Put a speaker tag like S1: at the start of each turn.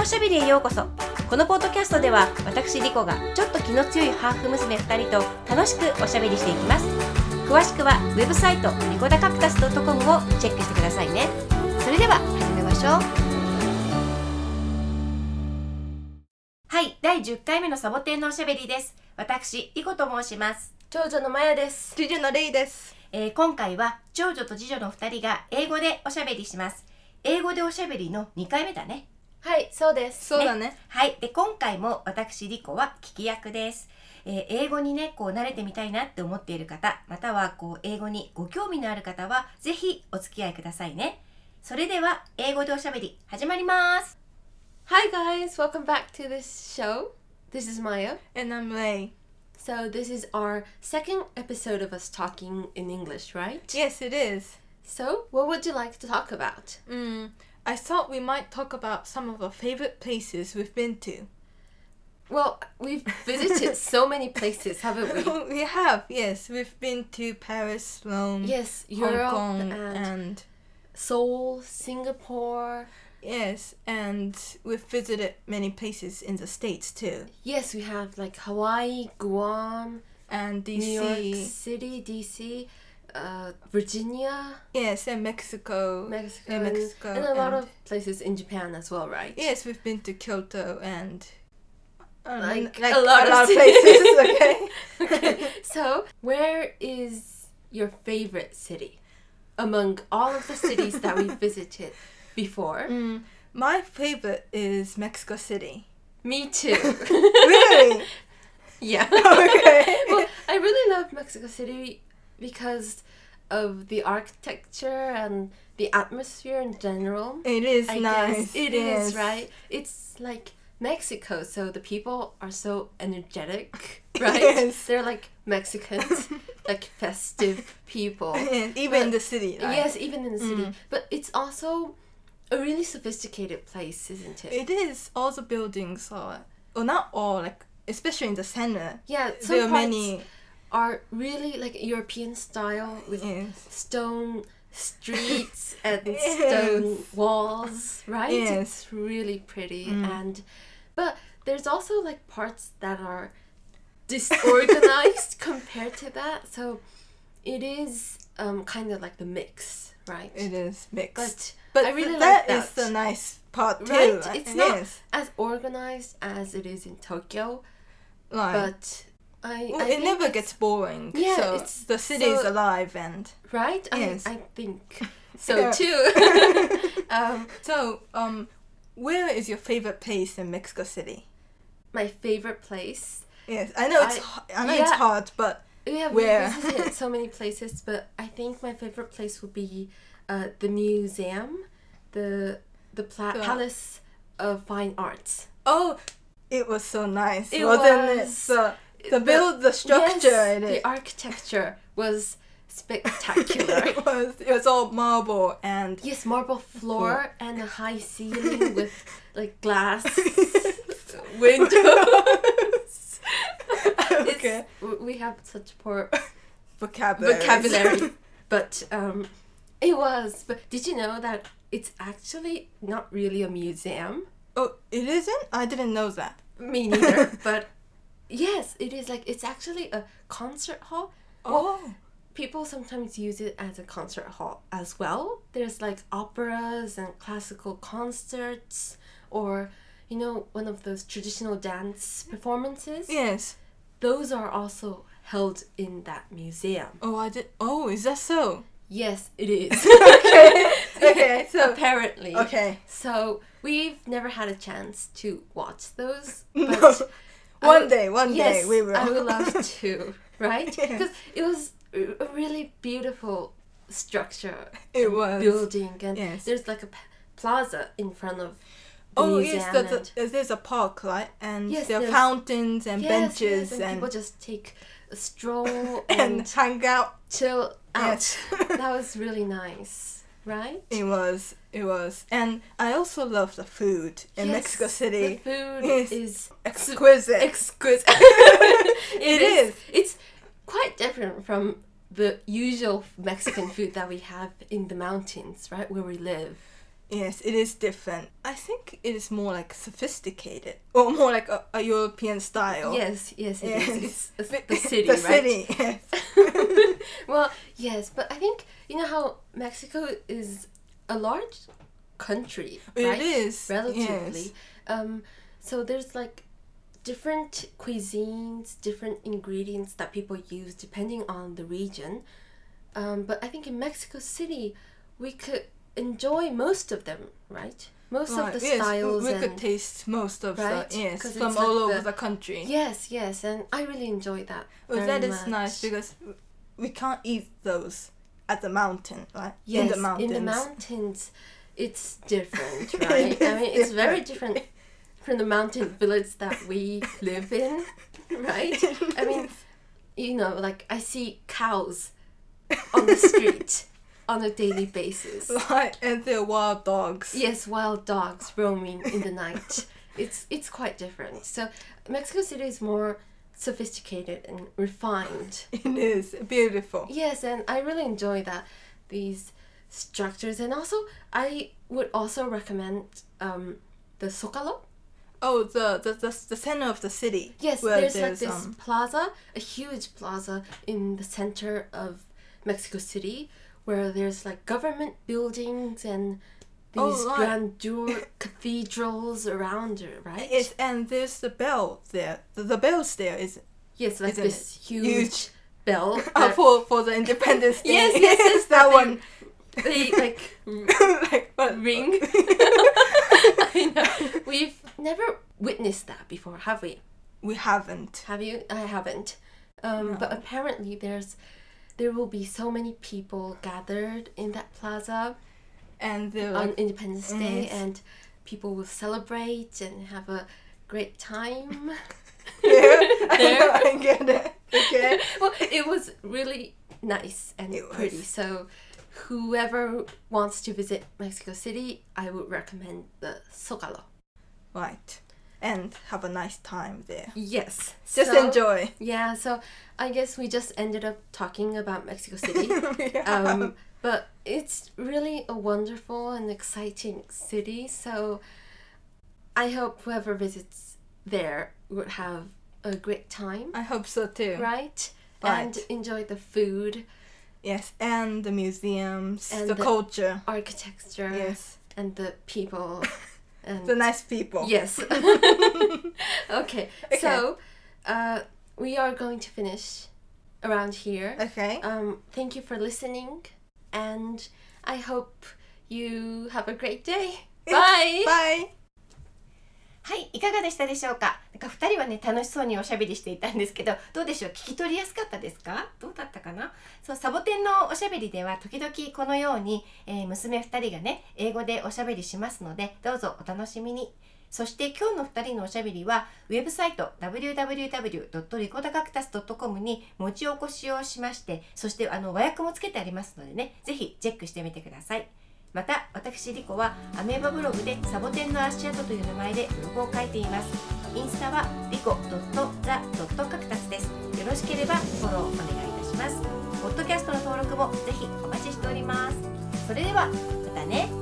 S1: おしゃべりへようこそこのポッドキャストでは私リコがちょっと気の強いハーフ娘2人と楽しくおしゃべりしていきます詳しくはウェブサイトリコダカプタス .com をチェックしてくださいねそれでは始めましょうはい第10回目のサボテンのおしゃべりです私リコと申します
S2: 長女のまやです。次女のレイです。
S1: えー今回は長女と次女の2人が英語でおしゃべりします英語でおしゃべりの2回目だね
S2: はい、そうです。そうだね。
S1: はいで今回も私リコは聞き役です、えー英語にねこう慣れてみたいなって思っている方またはこう英語にご興味のある方はぜひお付き合いくださいねそれでは英語でおしゃべり始まります
S3: Hi guys, welcome back to this show. This is Maya.
S2: And I'm Lay.
S3: So this is our second episode of us talking in English, right?
S2: Yes, it is.
S3: So what would you like to talk about?
S2: Mm, I thought we might talk about some of our favorite places we've been to.
S3: Well, we've visited so many places, haven't we?
S2: we have, yes. We've been to Paris, Rome,
S3: Yes,
S2: Hong
S3: Europe
S2: Kong,
S3: and,
S2: and
S3: Seoul, Singapore.
S2: yes, and we've visited many places in the states too.
S3: Yes, we have like Hawaii, Guam,
S2: And
S3: New York
S2: DC,
S3: City, DC, uh, Virginia,
S2: yes, and Mexico.
S3: Mexico,
S2: Yeah,
S3: and-
S2: Mexico
S3: and a lot
S2: and-
S3: of places in Japan as well, right?
S2: Yes, we've been to Kyoto and uh,
S3: Like a lot of cities.
S2: places. Okay.
S3: okay. So, where is your favorite city among all of the cities that we visited before?
S2: Mm, my favorite is Mexico City.
S3: Me too.
S2: Really?
S3: yeah.
S2: Okay.
S3: well, I really love Mexico City because of the architecture and the atmosphere in general.
S2: It is
S3: I
S2: nice.
S3: guess it is
S2: yes.
S3: right. It's like Mexico, so the people are so energetic, right?
S2: Yes.
S3: They're like Mexicans, like festive people.
S2: Yes, even in
S3: But-
S2: the city. Right?
S3: Yes, even in the city.
S2: Mm.
S3: But it's also a really sophisticated place, isn't it?
S2: It is. All the buildings are, well, not all, like especially in the center.
S3: yeah, some
S2: there are
S3: parts
S2: many.
S3: are really like European style with
S2: Yes.
S3: stone streets and
S2: Yes.
S3: stone walls, right?
S2: Yes. Mm.
S3: It's really pretty and but there's also like parts that are disorganized compared to that. So it is um, kind of like the mix, right?
S2: It is mixed.
S3: But,
S2: But,
S3: I really
S2: that
S3: like
S2: is
S3: that.
S2: the nice part too.
S3: Right?
S2: right?
S3: It's not
S2: uh, Yes.
S3: as organized as it is in Tokyo,
S2: Right.
S3: but I,
S2: Well,
S3: I
S2: it
S3: think
S2: never
S3: it's-
S2: gets boring.
S3: Yeah,
S2: so
S3: it's
S2: the city is
S3: so-
S2: alive and
S3: right.
S2: Yes.
S3: I, I think
S2: Yeah.
S3: so too. um,
S2: so um, where is your favorite place in Mexico City?
S3: my favorite place.
S2: Yes, I know it's
S3: I-
S2: ho- I know it's
S3: yeah.
S2: hard, but
S3: We have
S2: Where?
S3: visited so many places, but I think my favorite place would be uh, the museum, the the pla-
S2: Yeah.
S3: palace of fine arts.
S2: oh, it was so nice,
S3: It
S2: wasn't
S3: was.
S2: it? The, the build, the structure,
S3: Yes,
S2: in it,
S3: the architecture was spectacular.
S2: it was. It was all marble and
S3: Yes, marble floor and a high ceiling with like glass windows.
S2: Okay.
S3: It's, w- we have such poor
S2: vocabulary.
S3: vocabulary, but um, it was. But did you know that it's actually not really a museum?
S2: oh, it isn't. I didn't know that.
S3: Me neither. but yes, it is like it's actually a concert hall.
S2: Oh,
S3: People sometimes use it as a concert hall as well. There's like operas and classical concerts, or you know, one of those traditional dance performances.
S2: yes.
S3: Those are also held in that museum.
S2: Oh, I did. Oh, is that so?
S3: Yes, it is.
S2: Okay, so
S3: apparently.
S2: okay.
S3: So we've never had a chance to watch those, but
S2: No. One
S3: I-
S2: day, one
S3: yes,
S2: day we will.
S3: I would love to, right?
S2: Yes.
S3: Because it was a really beautiful structure,
S2: It
S3: and
S2: was.
S3: building, and
S2: Yes.
S3: there's like a p- plaza in front of. The
S2: Oh
S3: museum
S2: yes, there's
S3: and-
S2: a, there's- there's a park, right? And
S3: Yes,
S2: there are
S3: there's-
S2: fountains and
S3: Yes, yes,
S2: benches
S3: and, people
S2: and
S3: just take a stroll
S2: and,
S3: and
S2: hang out.
S3: chill out.
S2: Yes.
S3: that was really nice, right?
S2: It was, it was, and I also love the food in
S3: Yes,
S2: Mexico
S3: the
S2: City.
S3: food
S2: Yes.
S3: is
S2: Exquisite.
S3: exquisite.
S2: It is.
S3: It's quite different from the usual Mexican food that we have in the mountains, right, where we live.
S2: Yes, it is different. I think it is more like sophisticated or more like a, a European style.
S3: Yes, yes, it is.
S2: Yes.
S3: It's
S2: But-
S3: the city,
S2: the
S3: right?
S2: city, yes.
S3: well, yes, but I think you know how Mexico is a large country,
S2: It
S3: right?
S2: is,
S3: relatively.
S2: yes.
S3: Um, so there's like different cuisines, different ingredients that people use depending on the region. Um, but I think in Mexico City, we could enjoy most of them, right? Most
S2: Right,
S3: of the
S2: yes, we-
S3: styles
S2: we
S3: and
S2: could taste most of
S3: right?
S2: the yes
S3: 'Cause
S2: from
S3: it's
S2: all
S3: like
S2: over
S3: the-
S2: the country.
S3: yes, yes, and I really enjoy that.
S2: Well,
S3: very
S2: Oh, that is
S3: much.
S2: nice because we can't eat those at the mountain, right?
S3: Yes,
S2: in the mountains.
S3: mountains, it's different,
S2: It
S3: right? I
S2: is
S3: mean, it's very
S2: different.
S3: different from the mountain village that we live in, right? I mean, you know, like I see cows on the street on a daily basis.
S2: right, and they're wild dogs.
S3: Yes, wild dogs roaming in the night. It's it's quite different. So Mexico City is more sophisticated and refined.
S2: It is beautiful.
S3: Yes, and I really enjoy that these structures, and also I would also recommend um, the Zocalo.
S2: Oh, the the, the the center of the city.
S3: Yes,
S2: where
S3: there's, like this
S2: um,
S3: plaza, a huge plaza in the center of Mexico City, where there's like government buildings and these
S2: Oh, right.
S3: grandeur cathedrals around it, right?
S2: Yes, and there's the bell there. The, the bells there is
S3: yes, like
S2: Isn't
S3: this
S2: it
S3: huge,
S2: huge?
S3: bell.
S2: uh,
S3: Oh, that
S2: for for the Independence Day.
S3: Yes, yes, yes,
S2: that
S3: that
S2: one.
S3: they like
S2: like what?
S3: ring. I know. We've never witnessed that before, have we?
S2: We haven't.
S3: Have you? I haven't. Um, But apparently, there's there will be so many people gathered in that plaza
S2: And the
S3: on Independence Day,
S2: yes.
S3: and people will celebrate and have a great time.
S2: yeah,
S3: there.
S2: I get it. Okay.
S3: well, it was really nice and
S2: It was.
S3: pretty. So, whoever wants to visit Mexico City, I would recommend the Zocalo.
S2: Right. And have a nice time there.
S3: Yes,
S2: Just
S3: so-
S2: enjoy.
S3: Yeah, so I guess we just ended up talking about Mexico City.
S2: Yeah.
S3: um, but it's really a wonderful and exciting city. So I hope whoever visits there would have a great time,
S2: I hope so too.
S3: right? And
S2: Right.
S3: enjoy the food,
S2: Yes, and the museums,
S3: And
S2: the,
S3: the-
S2: culture.
S3: architecture,
S2: Yes.
S3: and the people. And
S2: The nice people.
S3: yes. okay. So uh, we are going to finish around here.
S2: Okay.
S3: Um, thank you for listening, and I hope you have a great day. Bye.
S2: Bye.
S1: はい、いかがでしたでしょうか。なんか二人はね楽しそうにおしゃべりしていたんですけど、どうでしょう。聞き取りやすかったですか。どうだったかな。そうサボテンのおしゃべりでは時々このように、えー娘二人がね英語でおしゃべりしますので、どうぞお楽しみに。そして今日の2人のおしゃべりはウェブサイト www.ricodacactus.com に持ち起こしをしましてそしてあの和訳もつけてありますのでねぜひチェックしてみてください。また私リコはアメーバブログでサボテンの足跡という名前でブログを書いていますインスタはリコ .the.cactus ですよろしければフォローお願いいたしますポッドキャストの登録もぜひお待ちしておりますそれではまたね